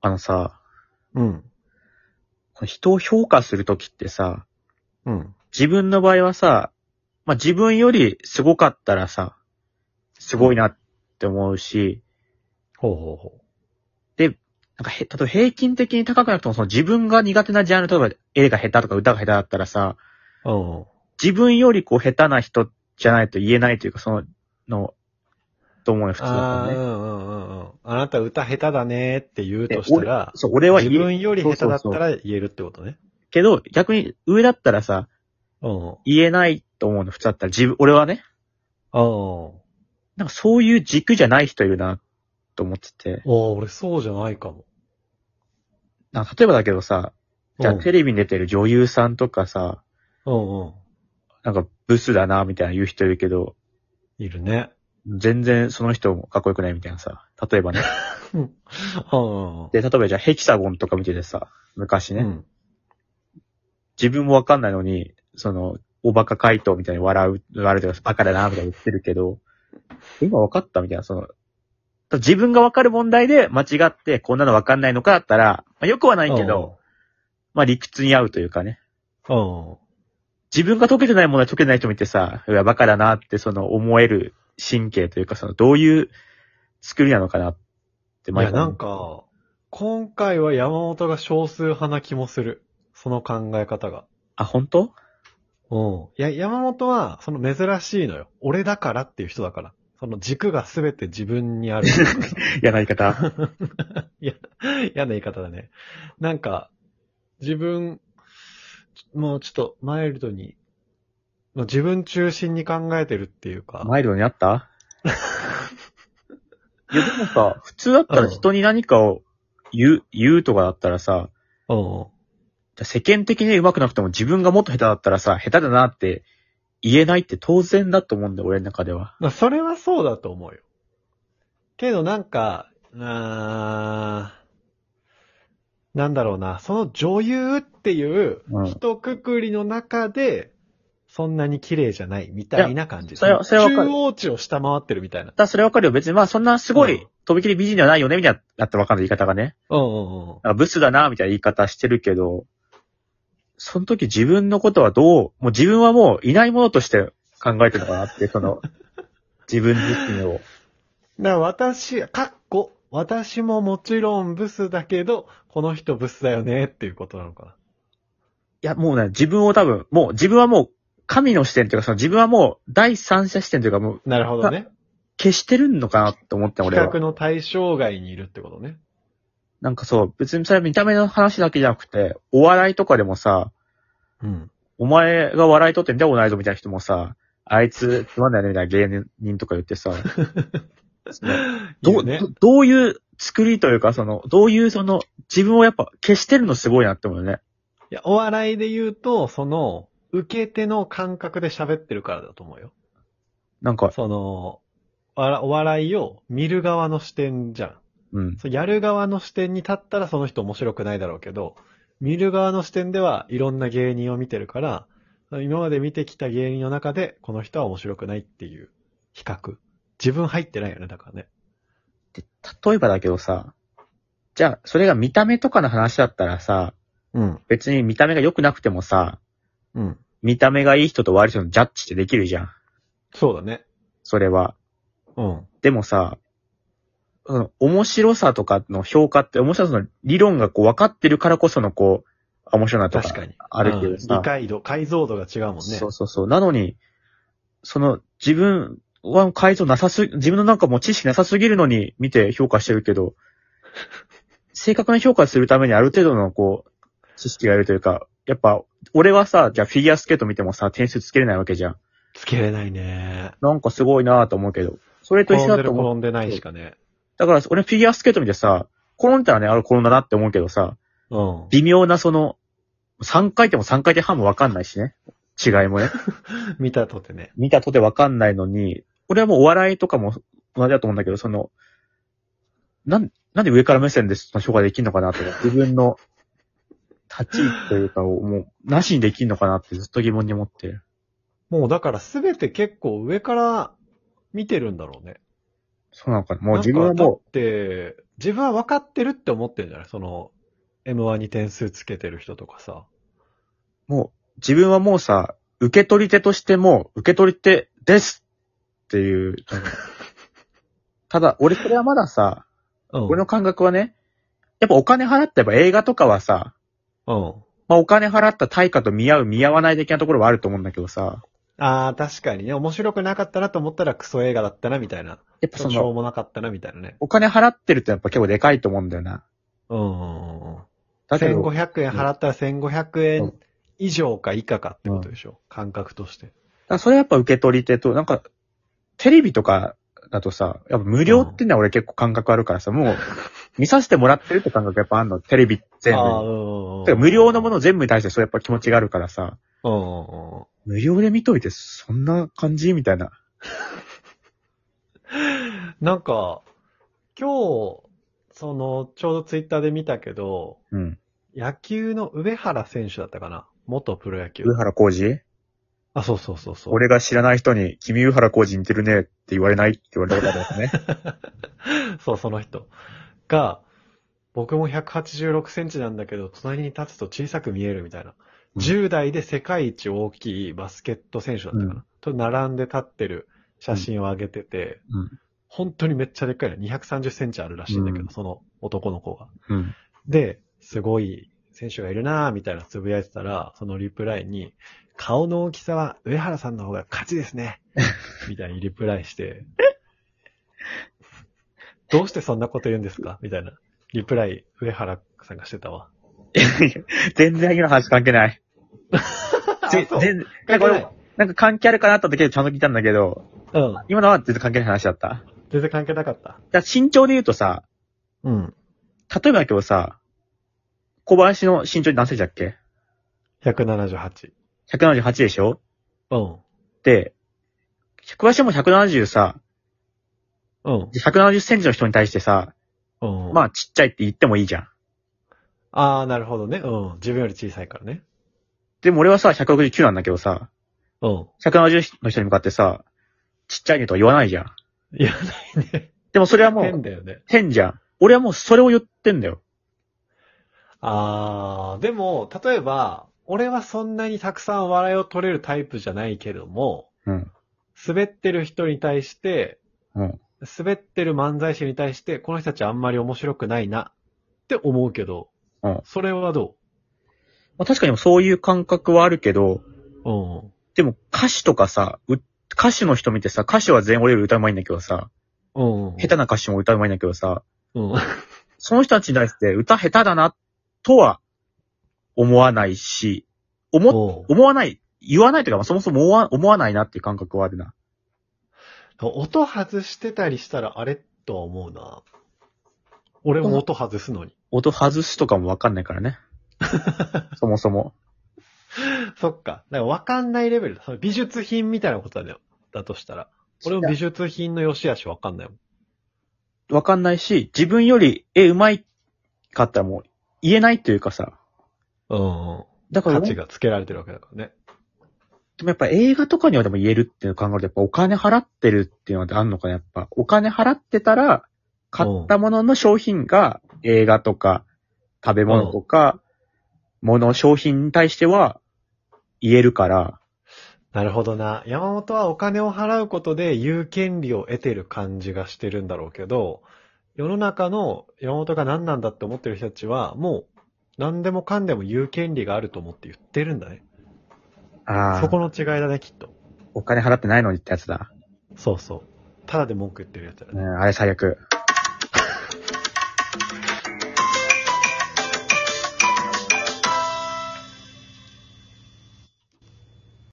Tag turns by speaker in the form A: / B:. A: あのさ、
B: うん。
A: この人を評価するときってさ、
B: うん。
A: 自分の場合はさ、まあ、自分よりすごかったらさ、すごいなって思うし、
B: ほうほうほ
A: なんかへ、例えば平均的に高くなくても、その自分が苦手なジャンル、例えば絵が下手とか歌が下手だったらさ、
B: う。うん。
A: 自分よりこう下手な人じゃないと言えないというか、その、の、と思うよ、普通だ
B: あ
A: とね。
B: ーうんうんうんうん。あなた歌下手だねって言うとしたら、
A: そう、俺は
B: 自
A: 言える
B: 分より下手だった
A: そうそう
B: ら言えるってことね。
A: けど、逆に上だったらさ、
B: うんうん。
A: 言えないと思うの、普通だったら。自分、俺はね。
B: ああ。
A: なんかそういう軸じゃない人いるな、と思ってて。
B: ああ、俺そうじゃないかも。
A: なんか例えばだけどさ、じゃあ
B: うん
A: テレビに出てる女優さんとかさ、
B: うんうん。
A: なんかブスだな、みたいな言う人いるけど、
B: いるね。
A: 全然その人もかっこよくないみたいなさ、例えばね。
B: うん。うんうん
A: で、例えばじゃあヘキサゴンとか見ててさ、昔
B: うん。
A: ね、
B: うん。
A: 自分もわかんないのに、その、おバカ回答みたいに笑う、笑うとか、バカだな、みたいな言ってるけど、今わかったみたいな、その、自分がわかる問題で間違ってこんなのわかんないのかだったら、まあ、よくはないけど、まあ理屈に合うというかね。
B: うんうん。うん。
A: 自分が解けてないものは解けない人見てさ、うわ、バカだなって、その、思える神経というか、その、どういう作りなのかなって、
B: いや、なん、か、今回は山本が少数派な気もする。その考え方が。
A: あ、本当
B: うん。いや、山本は、その珍しいのよ。俺だからっていう人だから。その軸がすべて自分に ある。
A: 嫌な言い方。
B: いや、嫌な言い方だね。なんか、自分、ちょもうちょっとマイルドに、もう自分中心に考えてるっていう か。
A: マイルドにあったいや、でもさ、普通だったら人に何かを言う、言うとかだったらさ、
B: うん。
A: 世間的に上手くなくても自分がもっと下手だったらさ、下手だなって言えないって当然だと思うんだよ、俺の中では。
B: まあ、それはそうだと思うよ。けどなんか、あーなんだろうな、その女優っていう
A: うん
B: 一括りの中で、そんなに綺麗じゃないみたいな感じ。
A: いやそれはそれはわか
B: 中
A: る
B: 央値を下回ってるみたいな。
A: ただそれわかるよ。別にまあそんなすご
B: う
A: い
B: ん、
A: とびきり美人ではないよね、みたいな、だってわかる言い方がね。
B: うんうんうん。
A: あブスだな、みたいな言い方してるけど、その時自分のことはどう、もう自分はもういないものとして考えてるのかなって、その、自分自身を。
B: だから私、かっこ、私ももちろんブスだけど、この人ブスだよねっていうことなのか
A: いや、もうね、自分を多分、もう自分はもう神の視点というか、その自分はもう第三者視点というか、もう
B: な。なるほどね。
A: 消してるのかなって思って、
B: 比
A: 俺は
B: 較。の対象外にいるってことね。
A: なんかそう、別にそれは見た目の話だけじゃなくて、お笑いとかでもさ、
B: うん。
A: お前が笑い取ってんだよ、同いぞみたいな人もさ、あいつつまんないね、みたいな芸人とか言ってさ、そのど、
B: いういね
A: どどういう作りというか、その、どういうその、自分をやっぱ消してるのすごいなって思うよね。
B: いや、お笑いで言うと、その、受け手の感覚で喋ってるからだと思うよ。
A: なんか、
B: その、わらお笑いを見る側の視点じゃん。
A: うん。
B: そうやる側の視点に立ったらその人面白くないだろうけど、見る側の視点ではいろんな芸人を見てるから、今まで見てきた芸人の中で、この人は面白くないっていう比較。自分入ってないよね、だからね。
A: で例えばだけどさ、じゃあ、それが見た目とかの話だったらさ、
B: うん、
A: 別に見た目が良くなくてもさ、
B: うん。
A: 見た目がいい人と悪い人のジャッジってできるじゃん。
B: そうだね。
A: それは。
B: うん。
A: でもさ、その面白さとかの評価って、面白さの理論がこう分かってるからこそのこう、あ面白いなと
B: 確か
A: か
B: に。
A: あるけ
B: うん
A: どさ、
B: 理解度、解像度が違うもんね。
A: そうそうそう。なのに、その、自分は改造なさす、自分のなんかもう知識なさすぎるのに見て評価してるけ ど、正確な評価するためにある程度のこう、知識がいるというか、やっぱ、俺はさ、じゃあフィギュアスケート見てもさ、点数つけれないわけじゃん。
B: つけれないね。
A: なんかすごいなぁと思うけど、それと一緒
B: 転ん
A: だ
B: で
A: と
B: る
A: 思う。
B: 転んでないしかね。
A: だから俺フィギュアスケート見てさ、転んだらね、あれ転んだなって思うけどさ、
B: うん。
A: 微妙なその、3回転も3回転半もわかんないしね。違いもね。
B: 見たとてね。
A: 見たとてわかんないのに、俺はもうお笑いとかも同じだと思うんだけど、その、なん、なんで上から目線でその評価できんのかなとか、自分の立ち位置というかをもう、なしにできんのかなってずっと疑問に思ってる。
B: もうだからすべて結構上から見てるんだろうね。
A: そうなのかなもう自分はも
B: う。だって、自分は分かってるって思ってるんじゃないその、M1 に点数つけてる人とかさ。
A: もう、自分はもうさ、受け取り手としても、受け取り手ですっていう。あのただ、俺それはまださ、
B: うん。
A: 俺の感覚はね、やっぱお金払ってやっぱ映画とかはさ、
B: うん。
A: まあお金払った対価と見合う見合わない的なところはあると思うんだけどさ、
B: ああ、確かにね。面白くなかったなと思ったらクソ映画だったな、みたいな。
A: やっぱ
B: し
A: そ
B: ょう
A: の、
B: もなかったな、みたいなね。
A: お金払ってるってやっぱ結構でかいと思うんだよな。
B: うんうんうんうん。
A: だけど、
B: 1500円払ったら1500
A: う
B: 円
A: ん
B: 以上か以下かってことでしょ。感覚として。
A: だからそれやっぱ受け取り手と、なんか、テレビとかだとさ、やっぱ無料っていうのは俺結構感覚あるからさ、 もう、見させてもらってるって感覚やっぱあんの、テレビ全
B: ああ、
A: 部
B: う
A: に。
B: んうん
A: て
B: う
A: か
B: ん。
A: 無料のもの全部に対してそうやっぱ気持ちがあるからさ、
B: うんうんうん。
A: 無料で見といてそんな感じみたいな。
B: なんか、今日、その、ちょうどツイッターで見たけど、
A: うん。
B: 野球の上原選手だったかな元プロ野球。
A: 上原浩二
B: あ、そうそうそうそう。
A: 俺が知らない人に、君上原浩二似てるねって言われないって言われたことあるん ですね。
B: そう、その人。が、僕も186センチなんだけど、隣に立つと小さく見えるみたいな。
A: うん
B: 10代で世界一大きいバスケット選手だったかな。
A: うん
B: と並んで立ってる写真を上げてて、
A: うん
B: 本当にめっちゃでっかいの。230センチあるらしいんだけど、
A: うん
B: その男の子が。
A: うん。
B: で、すごい選手がいるなぁ、みたいなつぶやいてたら、そのリプライに、顔の大きさは上原さんの方が勝ちで すね。みたいにリプライして、どうしてそんなこと言うんですかみたいな。リプライ、上原さんがしてたわ。
A: 全然今の話関係 ない。
B: 全
A: 全
B: 然
A: 然、
B: 関係ない。
A: なんか関係あるかなと思ったけどちゃんと聞いたんだけど、
B: うん。
A: 今のは全然関係ない話だった。だか
B: 全然関係なかった。
A: ら身長で言うとさ、
B: うん。
A: 例えばだけどさ、小林の身長って何センチだっけ
B: 178。
A: ?178 でしょ
B: うん。
A: で、小林はもう170さ、
B: うん。
A: 170センチの人に対してさ、
B: うん。
A: まあちっちゃいって言ってもいいじゃん。
B: あ。ああ、なるほどね。うん。自分より小さいからね。
A: でも俺はさ、169なんだけどさ、
B: うん。
A: 170の人に向かってさ、ちっちゃいねとは言わないじゃん。
B: いや、ないね。
A: でもそれはも
B: 変
A: う、
B: だよね。
A: 変じゃん。俺はもうそれを言ってんだよ。
B: あー、でも、例えば、俺はそんなにたくさん笑いを取れるタイプじゃないけども、
A: うん。
B: 滑ってる人に対して、
A: うん。
B: 滑ってる漫才師に対して、この人たちあんまり面白くないなって思うけど、
A: うん
B: それはど
A: まあ確かにそういう感覚はあるけど、
B: ううん。
A: でも歌手とかさ、う歌手の人見てさ、歌手は全員俺より歌うまいんだけどさ、
B: うん。
A: 下手な歌手も歌うまいんだけどさ、
B: うん。
A: その人たちに対して歌下手だな、とは、思わないし、思っ、
B: おう
A: 思わない、言わないというか、まあそもそも思わ思わないなっていう感覚はあるな。
B: 音外してたりしたら、あれとは思うな。俺も音外すのに。
A: 音外すとかもわかんないから ね。そもそも。
B: そっか。だから分かんないレベルだ。その美術品みたいなことだよ。だとしたら。俺も美術品の良し悪し分かんないもん。
A: わかんないし、自分より、え、うまいかったらもう言えないというかさ。
B: うんうん。
A: だから、
B: 価
A: で
B: 値
A: も
B: がつけられてるわけだからね。
A: やっぱ映画とかにはでも言えるっていうのを考えると、やっぱお金払ってるっていうのってあんのかな、やっぱ。お金払ってたら、買ったものの商品が映画とか、食べ物とか、もの、商品に対しては言えるから、
B: なるほどな。山本はお金を払うことで有権利を得てる感じがしてるんだろうけど、世の中の山本が何なんだって思ってる人たちは、もう何でもかんでも有権利があると思って言ってるんだね。
A: あ
B: そ
A: あ、
B: この違いだね、きっと。
A: お金払ってないのにってやつだ。
B: そうそう。ただで文句言ってるやつだ
A: う
B: ね。
A: ん、あれ最悪。